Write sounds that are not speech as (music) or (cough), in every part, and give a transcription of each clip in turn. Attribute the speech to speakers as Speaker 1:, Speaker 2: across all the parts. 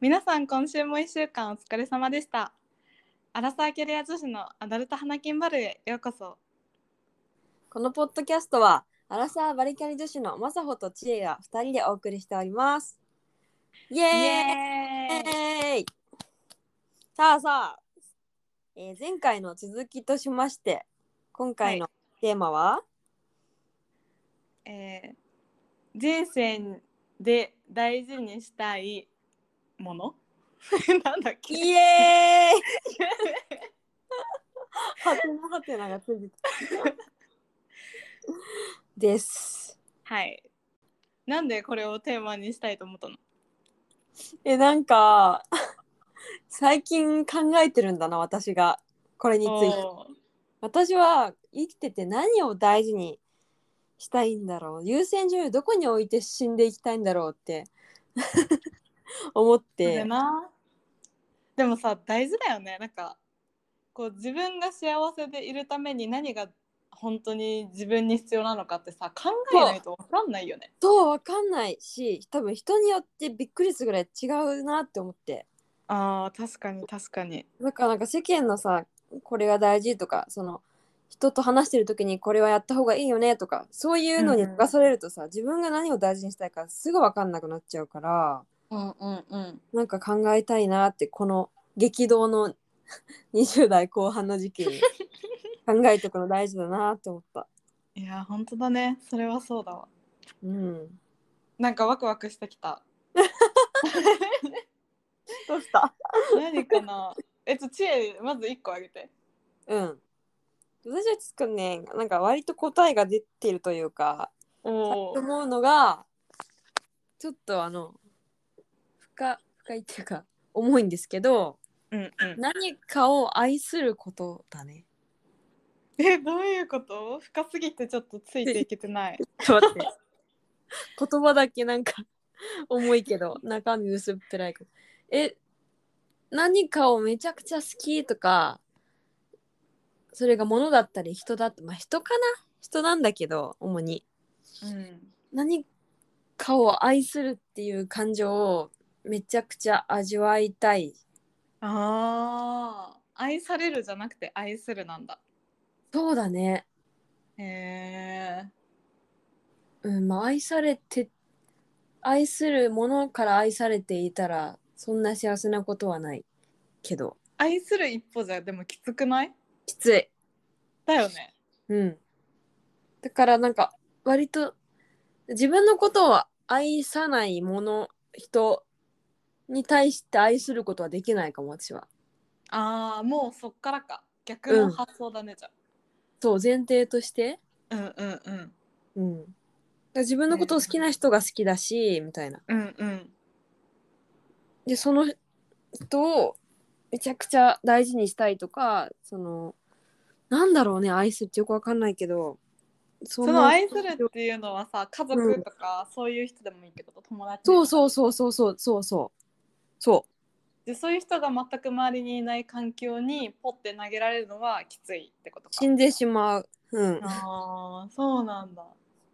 Speaker 1: 皆さん今週も1週間お疲れ様でしたアラサーキャリア女子のアダルト花金バルへようこそ
Speaker 2: このポッドキャストはアラサーバリキャリ女子のマサホとチエが2人でお送りしておりますイ
Speaker 1: イ
Speaker 2: エ
Speaker 1: エ
Speaker 2: ー
Speaker 1: ー
Speaker 2: イ
Speaker 1: イ
Speaker 2: さあさあ、えー前回の続きとしまして今回のテーマは、
Speaker 1: えー人生で大事にしたいもの (laughs) なんだっけ
Speaker 2: イエーイはてなはてながついてたです
Speaker 1: はいなんでこれをテーマにしたいと思ったの
Speaker 2: えなんか最近考えてるんだな私がこれについて
Speaker 1: おー
Speaker 2: 私は生きてて何を大事にしたいんだろう優先順位をどこに置いて死んでいきたいんだろうって (laughs)
Speaker 1: そ
Speaker 2: 思っ
Speaker 1: うだ
Speaker 2: て
Speaker 1: なでもさ大事だよねなんかこう自分が幸せでいるために何が本当に自分に必要なのかってさ考えないと分かんないよね。
Speaker 2: と分かんないし多分人によってびっくりするぐらい違うなって思って
Speaker 1: あー確かに確かに。
Speaker 2: だからなんか世間のさこれが大事とかその人と話してる時にこれはやった方がいいよねとかそういうのに流されるとさ、自分が何を大事にしたいかすぐ分かんなくなっちゃうから
Speaker 1: うんうんうん。
Speaker 2: なんか考えたいなってこの激動の (laughs) 20代後半の時期 (laughs) に考えとくの大事だなって思った。
Speaker 1: いやー本当だねそれはそうだわ。
Speaker 2: うん、
Speaker 1: なんかワクワクしてきた。
Speaker 2: どうした
Speaker 1: 何かな (laughs) えっと知恵まず1個あげて。
Speaker 2: うん私はちょっとねなんか割と答えが出てるというか
Speaker 1: おー
Speaker 2: 思うのがちょっとあの深深いっていうか重いんですけど
Speaker 1: うんうん、
Speaker 2: 何かを愛することだね。
Speaker 1: えどういうこと深すぎてちょっとついていけて (laughs) ない。
Speaker 2: ちょっと待って (laughs) 言葉だけなんか重いけど中身薄っぺらいけどえ何かをめちゃくちゃ好きとかそれが物だったり人だってまあ人かな人なんだけど主に
Speaker 1: うん
Speaker 2: 何かを愛するっていう感情をめちゃくちゃ味わいたい
Speaker 1: ああ愛されるじゃなくて愛するなんだ
Speaker 2: そうだね
Speaker 1: へえ
Speaker 2: うんまあ愛されて愛するものから愛されていたらそんな幸せなことはないけど
Speaker 1: 愛する一歩じゃでもきつくない
Speaker 2: きつい
Speaker 1: だよね
Speaker 2: うん。だからなんか割と自分のことを愛さないもの人に対して愛することはできないかも私は。
Speaker 1: ああもうそっからか逆の発想だね、じゃ
Speaker 2: そう前提として。
Speaker 1: あうんうんうん
Speaker 2: うん。だから自分のことを好きな人が好きだし、みたいな。
Speaker 1: うんうん
Speaker 2: でその人をめちゃくちゃ大事にしたいとかそのなんだろうね愛するってよくわかんないけどそ
Speaker 1: その愛するっていうのはさ家族とかそういう人でもいいってこと友達
Speaker 2: そう
Speaker 1: う
Speaker 2: そうそうそうそうそうそうそう
Speaker 1: でそういう人が全く周りにいない環境にポッて投げられるのはきついってことか
Speaker 2: 死んでしまう。うん。
Speaker 1: ああそうなんだ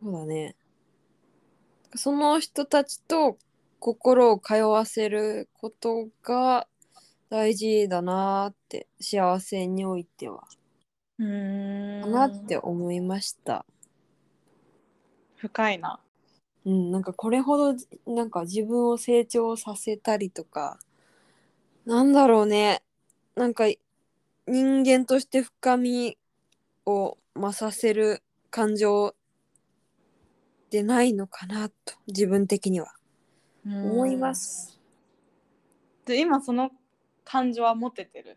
Speaker 2: そうだね。その人たちと心を通わせることが大事だなーって幸せにおいては
Speaker 1: うん
Speaker 2: かなって思いました。
Speaker 1: 深いな
Speaker 2: うん、なんかこれほどなんか自分を成長させたりとかなんだろうねなんか人間として深みを増させる感情でないのかなと自分的には思います。
Speaker 1: で今その感情は持ててる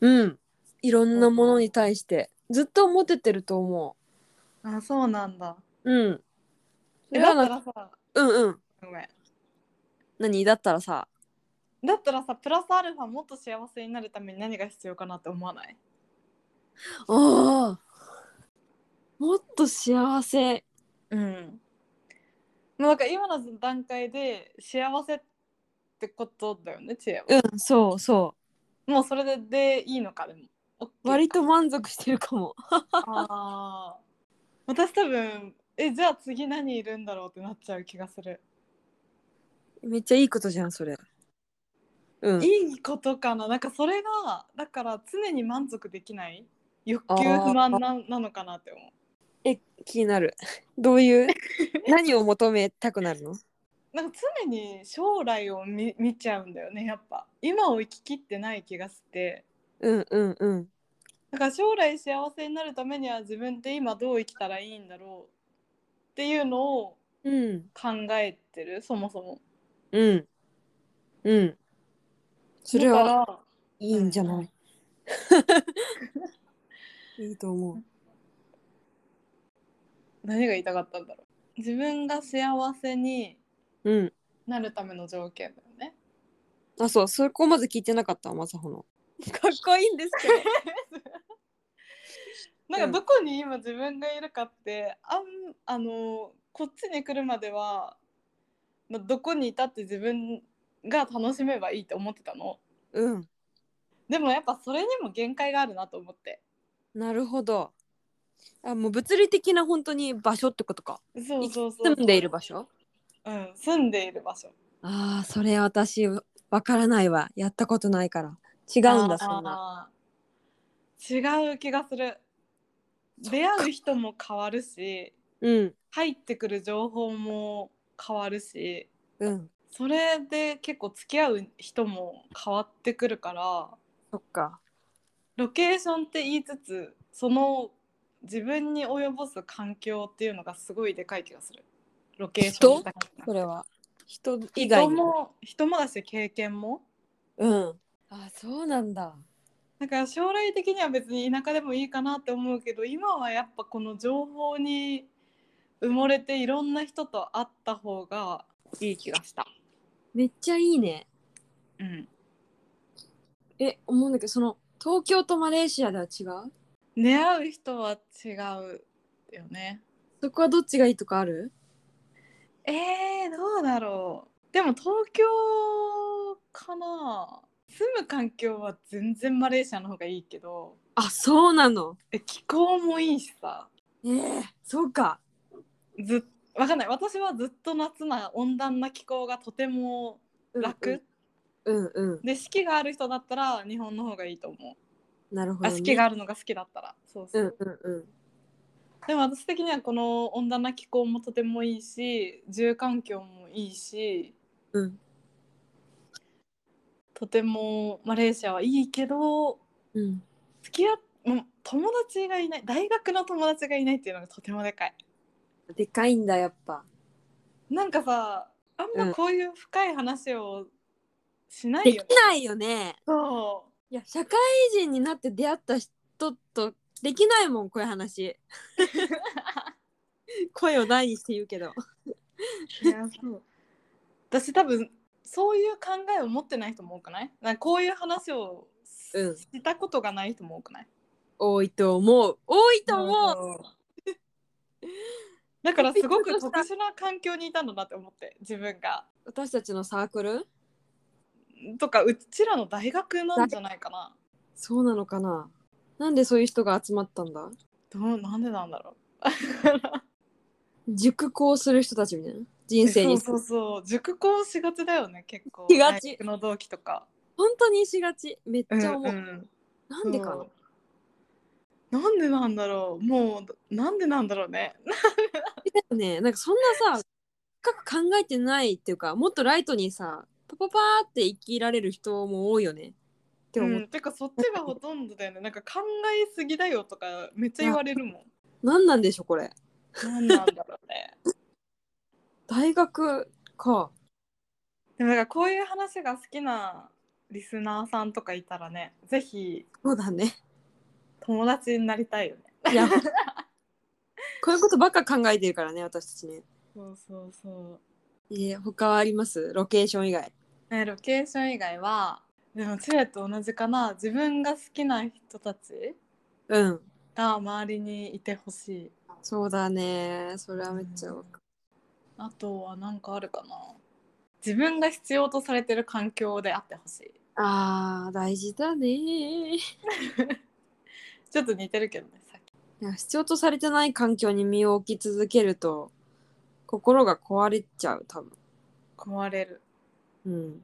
Speaker 2: うん。いろんなものに対してずっとモテてると思
Speaker 1: あそうなんだ
Speaker 2: う。うん。そ
Speaker 1: え
Speaker 2: れ
Speaker 1: だっ
Speaker 2: は
Speaker 1: た
Speaker 2: なんから
Speaker 1: さ
Speaker 2: うんうん。
Speaker 1: ごめん
Speaker 2: 何だったらさ、
Speaker 1: だったらさプラスアルファもっと幸せになるために何が必要かなって思わない
Speaker 2: ああ、もっと幸せ。
Speaker 1: うんもうなんか今の段階で幸せってことだよね知恵は、
Speaker 2: うん、そうそ
Speaker 1: もうそれででいいのかでも OK
Speaker 2: う。割と満足してるかも。
Speaker 1: (laughs) あー私多分えじゃあ次何いるんだろうってなっちゃう気がする
Speaker 2: めっちゃいいことじゃん、それ。うん、
Speaker 1: いいことかななんかそれがだから常に満足できない欲求不満ななのかなって思う
Speaker 2: 気になるどう (laughs) いう何を求めたくなるの
Speaker 1: なんか常に将来を見見ちゃうんだよねやっぱ今を生ききってない気がして
Speaker 2: うんうんうん
Speaker 1: だから将来幸せになるためには自分って今どう生きたらいいんだろうっていうのを
Speaker 2: うん
Speaker 1: 考えてるそもそも
Speaker 2: うんうんそれ
Speaker 1: だ
Speaker 2: は
Speaker 1: から
Speaker 2: いいんじゃないいいと思う
Speaker 1: 何が言いたかったんだろう自分が幸せに
Speaker 2: うん
Speaker 1: なるための条件だよね
Speaker 2: あそうそこまず聞いてなかったまさほの (laughs) かっこいいんですけど
Speaker 1: なんかどこに今自分がいるかってあんあのこっちに来るまでは、まあ、どこにいたって自分が楽しめばいいと思ってたの
Speaker 2: うん
Speaker 1: でもやっぱそれにも限界があるなと思って
Speaker 2: なるほどあもう物理的な本当に場所ってことか
Speaker 1: そうそうそう
Speaker 2: 住んでいる場所
Speaker 1: うん住んでいる場所
Speaker 2: あーそれ私わからないわやったことないから違うんだそんな
Speaker 1: あー違う気がする出会う人も変わるし
Speaker 2: うん
Speaker 1: 入ってくる情報も変わるし
Speaker 2: うん
Speaker 1: それで結構付き合う人も変わってくるから
Speaker 2: そっか
Speaker 1: ロケーションって言いつつその自分に及ぼす環境っていうのがすごいでかい気がするロケーションだけじゃなくて
Speaker 2: それは人以外
Speaker 1: 人
Speaker 2: に
Speaker 1: も人もだし経験も
Speaker 2: うんあそうなんだ
Speaker 1: だから将来的には別に田舎でもいいかなって思うけど今はやっぱこの情報に埋もれていろんな人と会った方がいい気がした。
Speaker 2: めっちゃいいね
Speaker 1: うん、
Speaker 2: え思うんだけどその東京とマレーシアでは違う
Speaker 1: 出会う人は違うよね。
Speaker 2: そこはどっちがいいとかある
Speaker 1: えー、どうだろう。でも東京かな。住む環境は全然マレーシアの方がいいけど、
Speaker 2: あそうなの
Speaker 1: え気候もいいしさ、
Speaker 2: えー、そうか
Speaker 1: ずっわかんない。私はずっと夏な温暖な気候がとても楽。
Speaker 2: うんうん
Speaker 1: で四季がある人だったら日本の方がいいと思う。
Speaker 2: なるほど、
Speaker 1: あ
Speaker 2: ね、
Speaker 1: 四季があるのが好きだったら、そうそうう。
Speaker 2: んうんうん
Speaker 1: でも私的にはこの温暖な気候もとてもいいし、住環境もいいし、
Speaker 2: うん
Speaker 1: とてもマレーシアはいいけど
Speaker 2: うん
Speaker 1: 付き合っもう友達がいない大学の友達がいないっていうのがとてもでかい
Speaker 2: でかいんだやっぱ
Speaker 1: なんかさあんまこういう深い話をしな
Speaker 2: で
Speaker 1: い
Speaker 2: き
Speaker 1: よね、
Speaker 2: ないよね
Speaker 1: そ
Speaker 2: いや社会人になって出会った人とできないもんこういう
Speaker 1: (laughs)
Speaker 2: 話声を大にして言うけど
Speaker 1: ういやそう私多分そういう考えを持ってない人も多くないなんかこういう話をし
Speaker 2: うん
Speaker 1: したことがない人も多くない
Speaker 2: 多いと思う多いと思う
Speaker 1: うんだからすごく特殊な環境にいたんだなって思って自分が
Speaker 2: 私たちのサークル
Speaker 1: とかうちらの大学なんじゃないかな
Speaker 2: そうなのかななんでそういう人が集まったんだ
Speaker 1: どうなんでなんだろう
Speaker 2: 熟考する人たちみたいな人生に
Speaker 1: そうそうそう熟考しがちだよね結構
Speaker 2: しが
Speaker 1: 大
Speaker 2: ち
Speaker 1: 学の同期とか
Speaker 2: 本当にしがちめっちゃ思う、
Speaker 1: ん
Speaker 2: なんでかな
Speaker 1: ななんでなんだろうもうなんでなんだろうね
Speaker 2: だよねなんかそんなさ深く考えてないっていうかもっとライトにさパパパーって生きられる人も多いよねって
Speaker 1: う
Speaker 2: 思う、
Speaker 1: ん、てかそっちがほとんどだよねなんか考えすぎだよとかめっちゃ言われる
Speaker 2: (laughs)
Speaker 1: もん
Speaker 2: 何なんでしょうこれ
Speaker 1: なんなんだろうね
Speaker 2: 大学か
Speaker 1: でもなんかこういう話が好きなリスナーさんとかいたらねぜひ
Speaker 2: そうだね
Speaker 1: 友達になりたいよね (laughs)
Speaker 2: いやこういうことばっか考えてるからね私たちね
Speaker 1: そうそうそう
Speaker 2: えー他はありますロケーション以外
Speaker 1: ね、ロケーション以外はでもチェと同じかな自分が好きな人たち
Speaker 2: うん
Speaker 1: が周りにいてほしい
Speaker 2: そうだねそれはめっちゃわかる
Speaker 1: あとは何かあるかな自分が必要とされてる環境であってほしい
Speaker 2: あー大事だねい
Speaker 1: ちょっと似てるけどねさっき
Speaker 2: や必要とされてない環境に身を置き続けると心が壊れちゃう多分
Speaker 1: 壊れる
Speaker 2: うん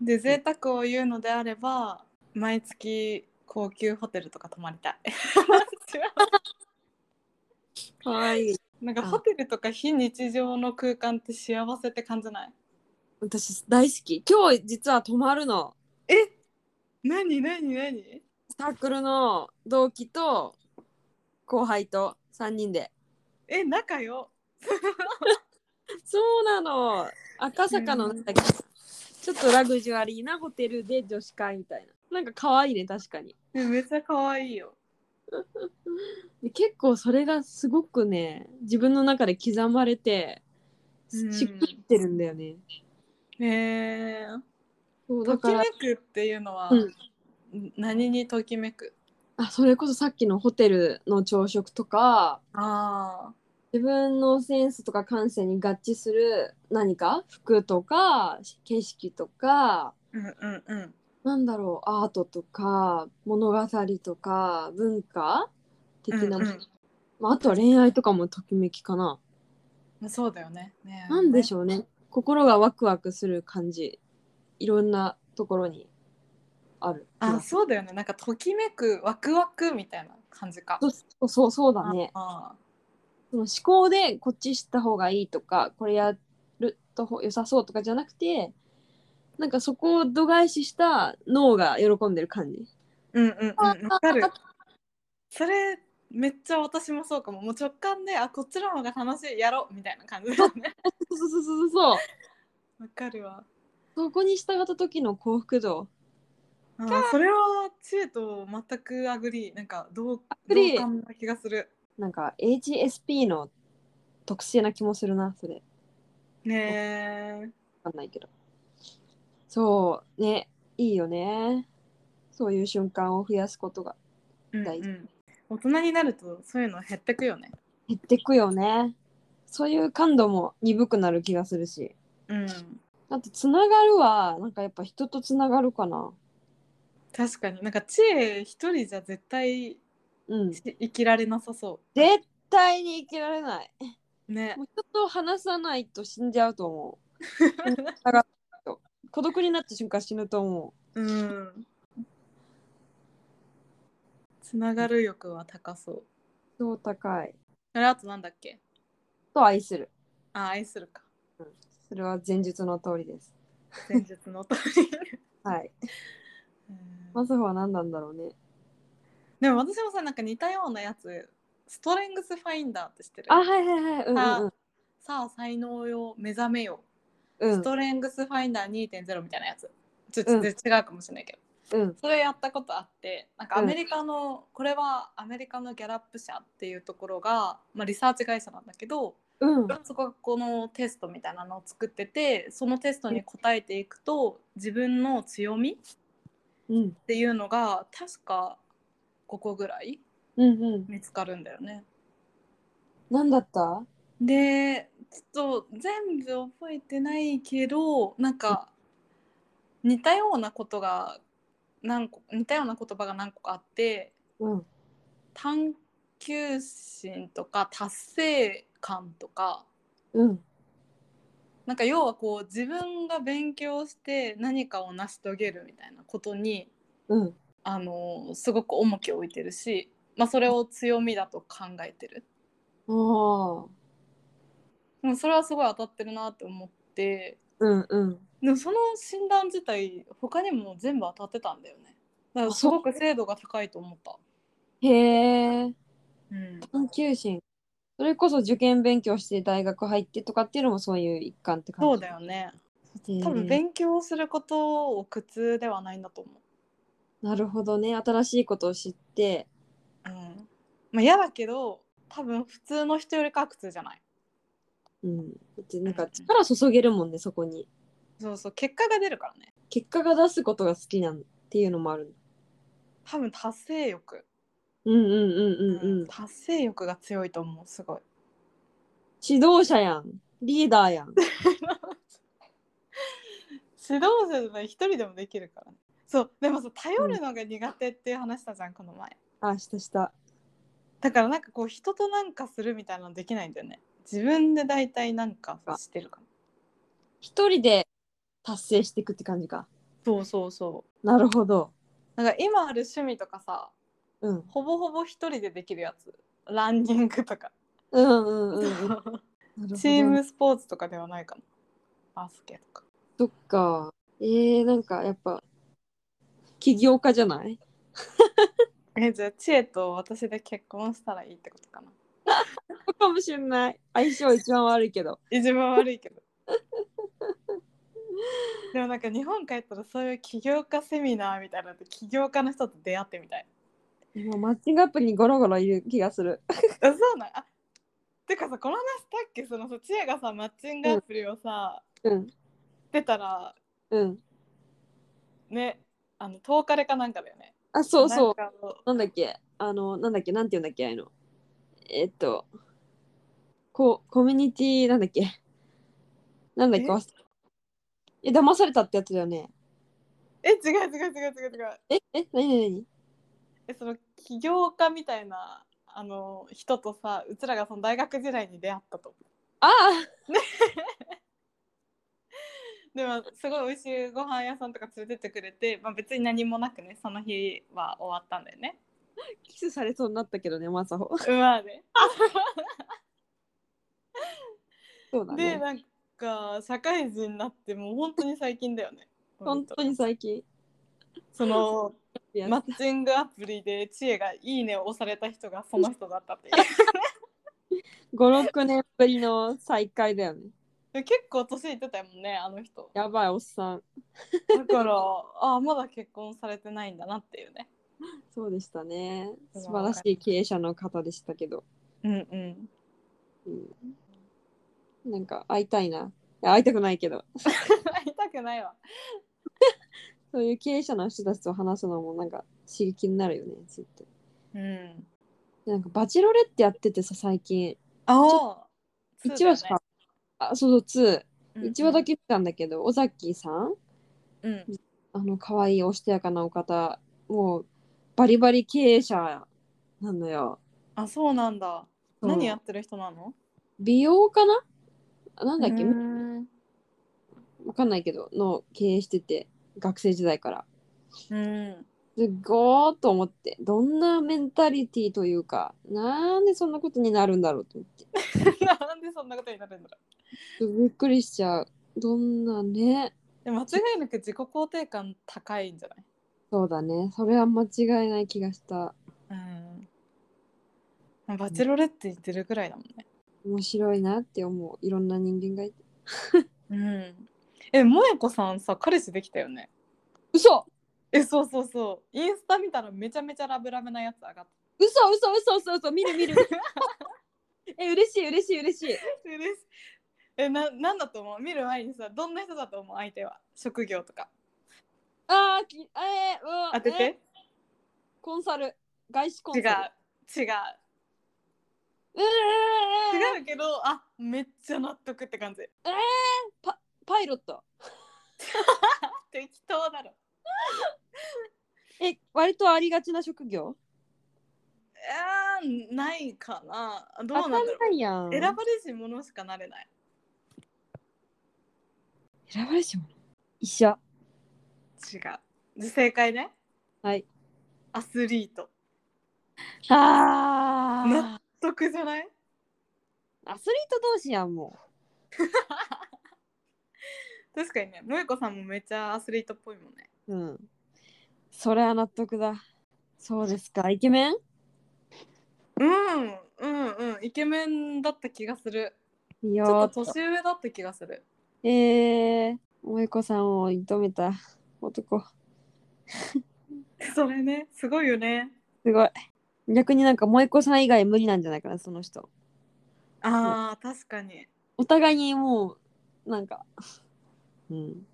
Speaker 1: で贅沢を言うのであれば毎月高級ホテルとか泊まりたい (laughs) 違
Speaker 2: かわいい。
Speaker 1: うなんか
Speaker 2: あ
Speaker 1: ホテルとか非日常の空間って幸せって感じない
Speaker 2: 私大好き。今日実は泊まるの。
Speaker 1: え何何何
Speaker 2: サークルの同期と後輩と3人で。
Speaker 1: え仲よ
Speaker 2: そうなの。赤坂のなんだっけちょっとラグジュアリーなホテルで女子会みたいな。なんか可愛いね、確かに。
Speaker 1: えめっちゃ可愛いよ
Speaker 2: で結構それがすごくね、自分の中で刻まれて、
Speaker 1: うん
Speaker 2: しっくりってるんだよね。
Speaker 1: へえ
Speaker 2: そうだ
Speaker 1: と
Speaker 2: か
Speaker 1: き
Speaker 2: ら
Speaker 1: め、くっていうのは、
Speaker 2: うん
Speaker 1: 何にときめく
Speaker 2: あ、それこそさっきのホテルの朝食とか、
Speaker 1: あ
Speaker 2: 自分のセンスとか感性に合致する何か服とか景色とか
Speaker 1: ーうんうんうん
Speaker 2: なんだろうアートとか物語とか文化的なもの、
Speaker 1: うん
Speaker 2: まあ、あとは恋愛とかもときめきかな、
Speaker 1: うんそうだよねね
Speaker 2: なんでしょうね心がワクワクする感じいろんなところにある
Speaker 1: あそうだよねなんかときめくワクワクみたいな感じか
Speaker 2: そうそうそうそうだね
Speaker 1: あ
Speaker 2: その思考でこっちした方がいいとかこれやるとほ良さそうとかじゃなくてなんかそこを度外視した脳が喜んでる感じ。
Speaker 1: ーうんうんうんわかる
Speaker 2: あ
Speaker 1: それめっちゃ私もそうかももう直感であこっちの方が楽しいやろみたいな感じだよ
Speaker 2: (laughs)
Speaker 1: ね
Speaker 2: そうそうそうそうそう
Speaker 1: わかるわ
Speaker 2: そこに従った時の幸福度
Speaker 1: あーそれは知恵と全くアグリーなんか同
Speaker 2: グリー
Speaker 1: 同感な気がする
Speaker 2: なんか HSP の特性な気もするなそれ
Speaker 1: ねえ
Speaker 2: わかんないけどそうねいいよねそういう瞬間を増やすことが
Speaker 1: うんう
Speaker 2: 大事
Speaker 1: ん、大人になるとそういうの減ってくよね。
Speaker 2: 減ってくよねそういう感度も鈍くなる気がするし
Speaker 1: うん、
Speaker 2: あと、つながるは、なんかやっぱ人とつながるかな。
Speaker 1: 確かになんか知恵一人じゃ絶対
Speaker 2: うん。
Speaker 1: し生きられなさそ
Speaker 2: 絶対に生きられない。
Speaker 1: う。ね
Speaker 2: もう人と話さないと死んじゃうと思 (laughs) う。つながると孤独になった瞬間死ぬと思
Speaker 1: うん。つながる欲は高そう。
Speaker 2: う。超高い。
Speaker 1: あれあとなんだっけ
Speaker 2: と愛する。
Speaker 1: あ愛するか。
Speaker 2: それは前述の通りです。
Speaker 1: 前述の通り。
Speaker 2: はい。
Speaker 1: うん
Speaker 2: マサフは何なんだろうね。
Speaker 1: でも私もさなんか似たようなやつストレングスファインダーって知ってる
Speaker 2: あ、はいはいはい。うんうん
Speaker 1: さあ才能よ目覚めよ、
Speaker 2: うん。
Speaker 1: ストレングスファインダー2.0みたいなやつちょっと違うかもしれないけど。
Speaker 2: うん。うん。
Speaker 1: それやったことあってなんか
Speaker 2: う
Speaker 1: ア
Speaker 2: ん
Speaker 1: メリカの、これはアメリカのギャラップ社っていうところが、まあ、リサーチ会社なんだけど
Speaker 2: うん。
Speaker 1: そこがこのテストみたいなのを作っててそのテストに答えていくと自分の強み
Speaker 2: うん。
Speaker 1: っていうのが確か5個ぐらい
Speaker 2: うん。うん。
Speaker 1: 見つかるんだよね。
Speaker 2: 何だった
Speaker 1: でちょっと全部覚えてないけどなんか似たようなことが何個似たような言葉が何個かあって
Speaker 2: うん。
Speaker 1: 探求心とか達成感とか
Speaker 2: うん。
Speaker 1: なんか要はこう自分が勉強して何かを成し遂げるみたいなことに
Speaker 2: うん。
Speaker 1: あのすごく重きを置いてるし、まあ、それを強みだと考えてる。
Speaker 2: ああ。
Speaker 1: でもそれはすごい当たってるなって思って
Speaker 2: うんうん。
Speaker 1: でもその診断自体他にも全部当たってたんだよね。だからすごく精度が高いと思った。
Speaker 2: へえ。
Speaker 1: うん、
Speaker 2: 探求心それこそ受験勉強して大学入ってとかっていうのもそういう一環って感じ
Speaker 1: そうだよね。
Speaker 2: へー
Speaker 1: 多分勉強することを苦痛ではないんだと思う。
Speaker 2: なるほどね新しいことを知って
Speaker 1: うんまあ嫌だけど多分普通の人よりかは苦痛じゃない
Speaker 2: うんだってなん
Speaker 1: う
Speaker 2: か
Speaker 1: ん
Speaker 2: 力注げるもんねそこに
Speaker 1: そうそう結果が出るからね
Speaker 2: 結果が出すことが好きなんっていうのもある
Speaker 1: 多分達成欲、
Speaker 2: うんうんうんうんうん
Speaker 1: 達成欲が強いと思うすごい
Speaker 2: 指導者やんリーダーやん
Speaker 1: 指導者じゃない一人でもできるからねそうでもさ頼るのが苦手っていう話したじゃんこの前
Speaker 2: あしたした
Speaker 1: だからなんかこう人となんかするみたいなのできないんだよね自分で大体なんかしてるかも
Speaker 2: 一人で達成していくって感じか
Speaker 1: そうそうそ
Speaker 2: なるほど。
Speaker 1: うなんか今ある趣味とかさ
Speaker 2: うん。
Speaker 1: ほぼほぼ一人でできるやつランニングとか、
Speaker 2: うん
Speaker 1: (laughs)
Speaker 2: うんうんうん。なるほど
Speaker 1: チームスポーツとかではないかなバスケとか
Speaker 2: そっか。えー、なんかやっぱ、起業家じゃない
Speaker 1: えじゃあ知恵と私で結婚したらいいってことかな
Speaker 2: かもしれない。相性一番悪いけど。
Speaker 1: 一番悪いけ
Speaker 2: (laughs)
Speaker 1: どでもなんか日本帰ったらそういう起業家セミナーみたいなので起業家の人と出会ってみたい
Speaker 2: もうマッチングアプリにゴロゴロいる気がする。
Speaker 1: あそうなんあてかさこの話したっけそのさ知恵がさマッチングアプリをさ、
Speaker 2: うん。
Speaker 1: 出たら
Speaker 2: うん。
Speaker 1: ねあの10日でかなんかだよね
Speaker 2: あ、そうそう。
Speaker 1: なんかあの
Speaker 2: なんだっけあの、なんだっけなんて言うんだっけああいうの。えっと、こコミュニティなんだっけなんだっけ
Speaker 1: え
Speaker 2: 忘れえ、騙されたってやつだよね。
Speaker 1: え違う違う違う違う違う
Speaker 2: え、え、なになに
Speaker 1: えその起業家みたいなあの人とさうちらがその大学時代に出会ったと
Speaker 2: ああ
Speaker 1: でもすごい美味しいご飯屋さんとか連れてってくれて、まあ、別に何もなくねその日は終わったんだよね
Speaker 2: (laughs) キスされそうになったけどね、マサホ。
Speaker 1: うまいね
Speaker 2: そうだ
Speaker 1: で
Speaker 2: ね。
Speaker 1: なんか社会人になってもう本当に最近だよね
Speaker 2: 本当に最近。
Speaker 1: その
Speaker 2: いや
Speaker 1: マッチングアプリで知恵が「いいね」を押された人がその人だった
Speaker 2: (laughs)
Speaker 1: っていう
Speaker 2: 5、6年ぶりの再会だよね。
Speaker 1: で結構年いってたもんねあの人
Speaker 2: やばい、おっさん。
Speaker 1: だからああまだ結婚されてないんだなっていうね
Speaker 2: そうでしたね。素晴らしい経営者の方でしたけど。
Speaker 1: うんうん
Speaker 2: うん、なんか会いたいな。いや会いたくないけど。
Speaker 1: 会いたくないわ
Speaker 2: そういう経営者の人たちと話すのもなんか刺激になるよね、ずっと。
Speaker 1: うん
Speaker 2: でなんかバチェロレってやっててさ、最近。
Speaker 1: ああ
Speaker 2: 1話しか、あ、そうそう、2。1話だ
Speaker 1: け
Speaker 2: け見たんだけど、尾崎さん
Speaker 1: うん
Speaker 2: あの、可愛いおしとやかなお方、もう、バリバリ経営者なんだよ。
Speaker 1: あそうなんだ
Speaker 2: そう
Speaker 1: 何やってる人なの
Speaker 2: 美容かなあなんだっけ
Speaker 1: う
Speaker 2: わ
Speaker 1: ん
Speaker 2: かんないけど、の経営してて、学生時代から。
Speaker 1: うん
Speaker 2: すごーっと思って、どんなメンタリティーというか、なんでそんなことになるんだろうと思って。
Speaker 1: なんでそんなことになるんだろう
Speaker 2: びっくりしちゃう。どんなね。
Speaker 1: で間違いなく自己肯定感高いんじゃない
Speaker 2: そうだね。それは間違いない気がした。
Speaker 1: うんバチェロレって言ってるぐらいだもんね
Speaker 2: 面白いなって思う。いろんな人間がいて。
Speaker 1: うんえ萌子さんさ彼氏できたよね
Speaker 2: 嘘
Speaker 1: えそうそうそうインスタ見たらめちゃめちゃラブラブなやつ上がって
Speaker 2: 嘘嘘嘘嘘嘘見
Speaker 1: (laughs)
Speaker 2: る見る。え、嬉しい嬉しい嬉しい。
Speaker 1: 嬉しいえななんだと思う見る前にさどんな人だと思う相手は職業とか
Speaker 2: あーき、えー、うわ
Speaker 1: 当て
Speaker 2: え
Speaker 1: て
Speaker 2: ーコンサル。外資コン
Speaker 1: 違
Speaker 2: サ
Speaker 1: う
Speaker 2: ル。
Speaker 1: 違う
Speaker 2: うーん
Speaker 1: 違うけどあめっちゃ納得って感じ
Speaker 2: パイロット。
Speaker 1: 適当だろ
Speaker 2: え、割とありがちな職業
Speaker 1: えーないかなどうなんだろ
Speaker 2: 当たり前やん
Speaker 1: う選ばれし者しかなれない
Speaker 2: 選ばれし者医者。
Speaker 1: 違う正解ね
Speaker 2: はい
Speaker 1: アスリート
Speaker 2: あー
Speaker 1: 納得じゃない
Speaker 2: アスリート同士やん、もう。
Speaker 1: 確かにね萌子さんもめっちゃアスリートっぽいもんね
Speaker 2: うん。それは納得だ。そうですか。イケメン
Speaker 1: うんうんうんイケメンだった気がする
Speaker 2: い
Speaker 1: ち
Speaker 2: や
Speaker 1: ょ
Speaker 2: ー
Speaker 1: っと年上だった気がする
Speaker 2: えー、萌子さんを射止めた男。す
Speaker 1: (laughs) それねすごいよね
Speaker 2: ごい。逆になんか萌子さん以外無理なんじゃないかな、その人。
Speaker 1: あー確かに
Speaker 2: お互いにもう、なんか、うん。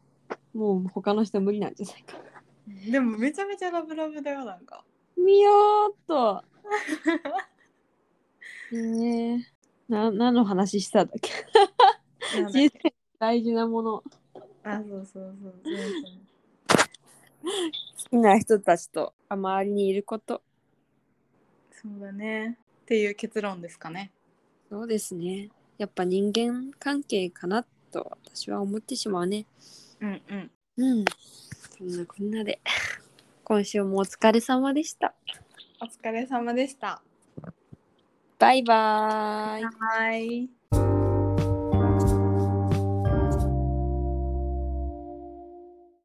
Speaker 2: もう他の人無理なんじゃないか。
Speaker 1: でもめちゃめちゃラブラブだよなんか
Speaker 2: みよーっと。えー、な何の話したんだっけ
Speaker 1: なんだっ
Speaker 2: 人
Speaker 1: け
Speaker 2: 生大事なもの。
Speaker 1: あそうそうそうそう
Speaker 2: 好きな人たちと周りにいること。
Speaker 1: そうだねっていう結論ですかね
Speaker 2: そうですね。やっぱ人間関係かなと私は思ってしまうね。
Speaker 1: うんうん
Speaker 2: うん。そんなこんなで今週もお疲れ様でした
Speaker 1: お疲れ様でした。
Speaker 2: バイバーイ
Speaker 1: はい。